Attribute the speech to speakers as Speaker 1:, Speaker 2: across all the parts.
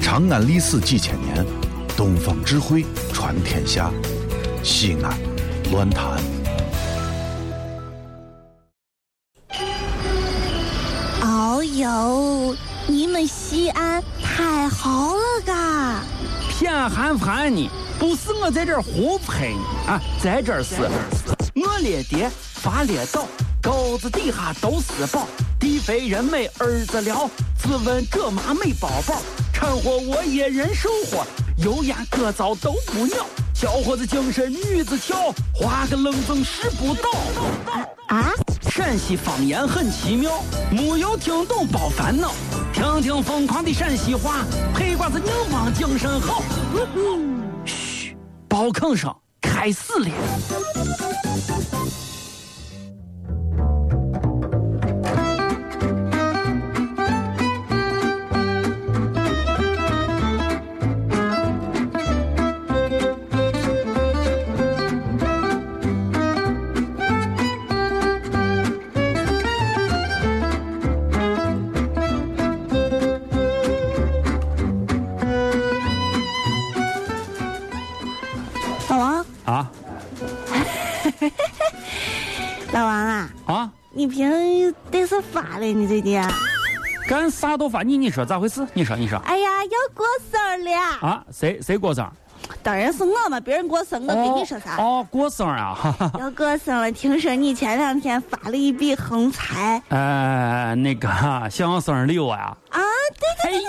Speaker 1: 长安历史几千年，东方智慧传天下。西安，乱谈。
Speaker 2: 哦呦，你们西安太好了嘎！
Speaker 3: 偏寒寒你，不是我在这儿胡喷你啊，在这儿是，我列爹发列倒，沟子底下都是宝，地肥人美儿子了，自问这妈没宝宝，掺和我也人生活，油盐各糟都不尿，小伙子精神女子俏，花个愣风拾不到。
Speaker 2: 啊，
Speaker 3: 陕西方言很奇妙，没有听懂别烦恼，听听疯狂的陕西话，黑瓜子硬邦精神好。嘘，包吭声开始了。
Speaker 2: 老王，
Speaker 3: 啊
Speaker 2: 老王啊，
Speaker 3: 啊，
Speaker 2: 你平得是发了你最近？
Speaker 3: 干啥都发你，你说咋回事？你说你说
Speaker 2: 哎呀，要过生日了，
Speaker 3: 啊？谁谁过生？
Speaker 2: 当然是我嘛，别人过生日我跟你说啥？
Speaker 3: 哦，过生日啊！哈哈。
Speaker 2: 要过生了，听说你前两天发了一笔横财
Speaker 3: 呃，那个想要生日礼物呀？
Speaker 2: 啊？对
Speaker 3: 哎呀，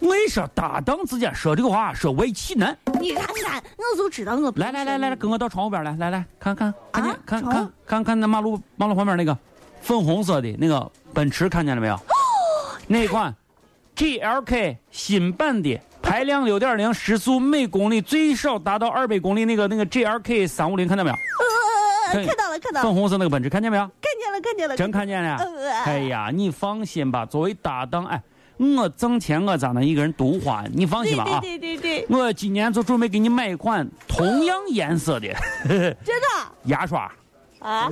Speaker 3: 我一说搭档之间说这个话，说为其难。
Speaker 2: 对，你看看，我就知道我不
Speaker 3: 来来来来，跟我到窗户边来，来来看看看见、
Speaker 2: 啊
Speaker 3: 看
Speaker 2: 窗户
Speaker 3: 看看看那马路马路旁边那个粉红色的那个奔驰，看见了没
Speaker 2: 哦
Speaker 3: 有？那款 GLK 新版的，排量六点零，时速每公里最少达到二百公里，那个那个 GLK 三五零，看见没有？
Speaker 2: 呃
Speaker 3: 对
Speaker 2: 看到了，看到
Speaker 3: 粉
Speaker 2: 了，
Speaker 3: 红色那个奔驰，看见没有？
Speaker 2: 看见了，看见了，
Speaker 3: 真看见了
Speaker 2: 呃。
Speaker 3: 哎呀，你放心吧，作为搭档，哎，我挣钱我咋能一个人独花？你放
Speaker 2: 对
Speaker 3: 心吧
Speaker 2: 对
Speaker 3: 啊。
Speaker 2: 对对对，
Speaker 3: 我今年就准备给你买一款同样颜色的
Speaker 2: 真的
Speaker 3: 牙刷。
Speaker 2: 啊。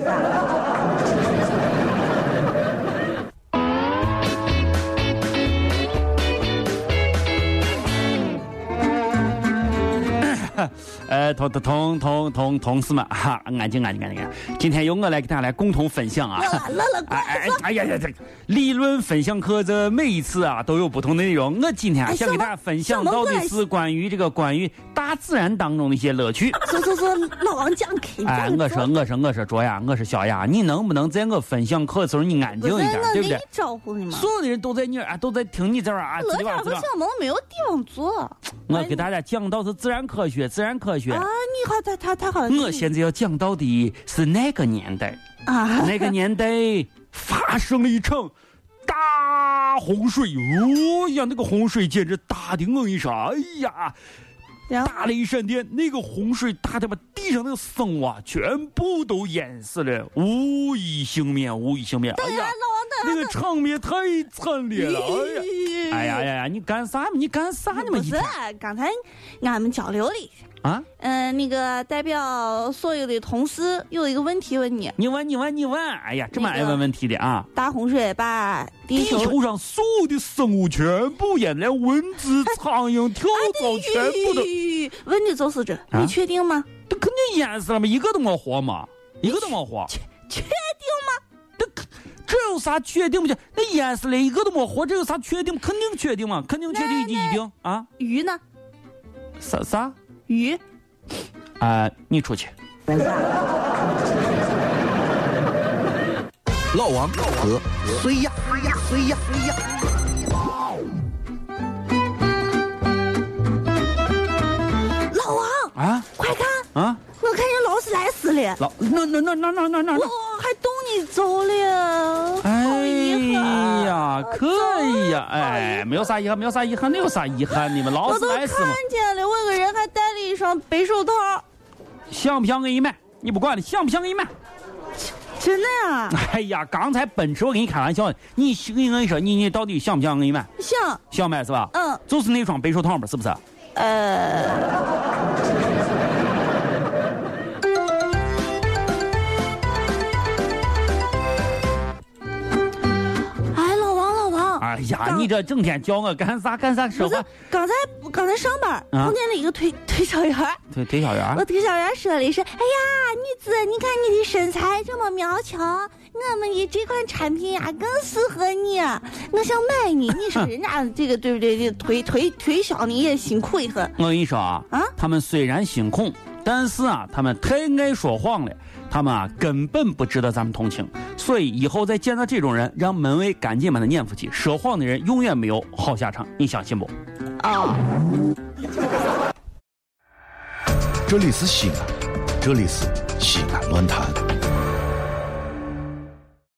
Speaker 3: 呃，同同同同同同事们哈，安静安静安静，安静今天由我来给大家来共同分享啊。
Speaker 2: 乐乐
Speaker 3: 哎哎哎呀呀！这理论分享课这每一次啊都有不同的内容。我今天啊
Speaker 2: 哎
Speaker 3: 想给大家分
Speaker 2: 小
Speaker 3: 享
Speaker 2: 萌
Speaker 3: 到
Speaker 2: 过
Speaker 3: 的
Speaker 2: 来
Speaker 3: 是关于这个关于大自然当中的一些乐趣。
Speaker 2: 坐坐坐，老王讲给你
Speaker 3: 哎，我说我说我说卓雅，我说小雅，你能不能在我分享课的时候你安静一点，
Speaker 2: 给
Speaker 3: 对不
Speaker 2: 你
Speaker 3: 对？
Speaker 2: 招呼你嘛。
Speaker 3: 所有的人都在你啊都在听你在这儿啊，
Speaker 2: 哪
Speaker 3: 叽里哇
Speaker 2: 吒
Speaker 3: 叽
Speaker 2: 和
Speaker 3: 里哇
Speaker 2: 小。萌没有地方坐啊！
Speaker 3: 我给大家讲到是自然科学，自然科学。
Speaker 2: 你好，他他他好了。
Speaker 3: 我现在要讲到的是那个年代。
Speaker 2: 啊，
Speaker 3: 那个年代发生了一场大洪水，哦呀，那个洪水简直大的我跟你说，哎呀，
Speaker 2: 然后
Speaker 3: 大雷闪电，那个洪水大的把地上那个生啊全部都淹死了，无一幸免，无一幸免。哎呀，
Speaker 2: 老 王
Speaker 3: 那个场面太惨烈了，哎呀。
Speaker 2: 的
Speaker 3: 哎呀呀呀！你干啥嘛？你干啥呢嘛？
Speaker 2: 不
Speaker 3: 你
Speaker 2: 是，啊刚才俺们交流了一下，
Speaker 3: 啊！
Speaker 2: 嗯，那个代表所有的同事有一个问题问你：
Speaker 3: 你问，你问，你问！哎呀，这么爱问问题的啊！
Speaker 2: 大洪水把地
Speaker 3: 地
Speaker 2: 球
Speaker 3: 球上所有的生物全部淹了，蚊子、
Speaker 2: 哎
Speaker 3: 苍蝇、跳
Speaker 2: 啊
Speaker 3: 蚤全部都，
Speaker 2: 问的就是这，
Speaker 3: 啊
Speaker 2: 你确定吗？
Speaker 3: 这肯定淹死了嘛，一个都没活嘛，一个都没活。
Speaker 2: 确定
Speaker 3: 这可这有啥确定不？这那淹死了一个都没活，这有啥确定？肯定确定嘛，肯定确定一定啊！
Speaker 2: 吗？鱼呢？
Speaker 3: 啥啥？啊、
Speaker 2: 鱼
Speaker 3: 你出去。
Speaker 1: 老王和谁呀？谁呀？谁呀？谁呀？
Speaker 2: 老王，
Speaker 3: 啊
Speaker 2: 快看，
Speaker 3: 啊！
Speaker 2: 我看见劳斯莱斯了，
Speaker 3: 老那那那那那那那
Speaker 2: 我
Speaker 3: 那，
Speaker 2: 还动你走了，好遗
Speaker 3: 哎
Speaker 2: 憾
Speaker 3: 呀，可以呀，哎，没有啥遗憾，没有啥遗憾，那有啥遗憾的嘛？劳
Speaker 2: 我
Speaker 3: 斯
Speaker 2: 都
Speaker 3: 莱斯嘛，
Speaker 2: 看见了，我有个人还戴了一双白手套，
Speaker 3: 想不想给你买？你不管了，想不想给你买？
Speaker 2: 真的呀？
Speaker 3: 哎呀，刚才奔驰我跟你开玩笑呢，你我跟你说，你你到底想不想给你买？
Speaker 2: 像，
Speaker 3: 想买是吧？
Speaker 2: 嗯，
Speaker 3: 就是那双白手套嘛，是不是？
Speaker 2: 呃，哎，老王，老王，
Speaker 3: 哎家，
Speaker 2: 刚
Speaker 3: 你这整天叫我干啥干啥说
Speaker 2: 不是
Speaker 3: 话？，
Speaker 2: 刚才刚才上班儿
Speaker 3: 啊
Speaker 2: 碰见了一个推推销员儿，
Speaker 3: 推推销员
Speaker 2: 我，推销员说了一声：“哎呀，女子，你看你的身材这么苗条，我们的这款产品呀、更适合你，啊我想买你。你说人家这个对不对？这推推推销你也辛苦一很。
Speaker 3: 我跟你说啊
Speaker 2: 啊，
Speaker 3: 他们虽然辛苦，但是啊，他们太爱说谎了，他们啊根本不值得咱们同情。所以以后再见到这种人，让门卫赶紧把他撵出去。说谎的人永远没有好下场，你相信不？
Speaker 1: 这里是西安，这里是西安乱谈。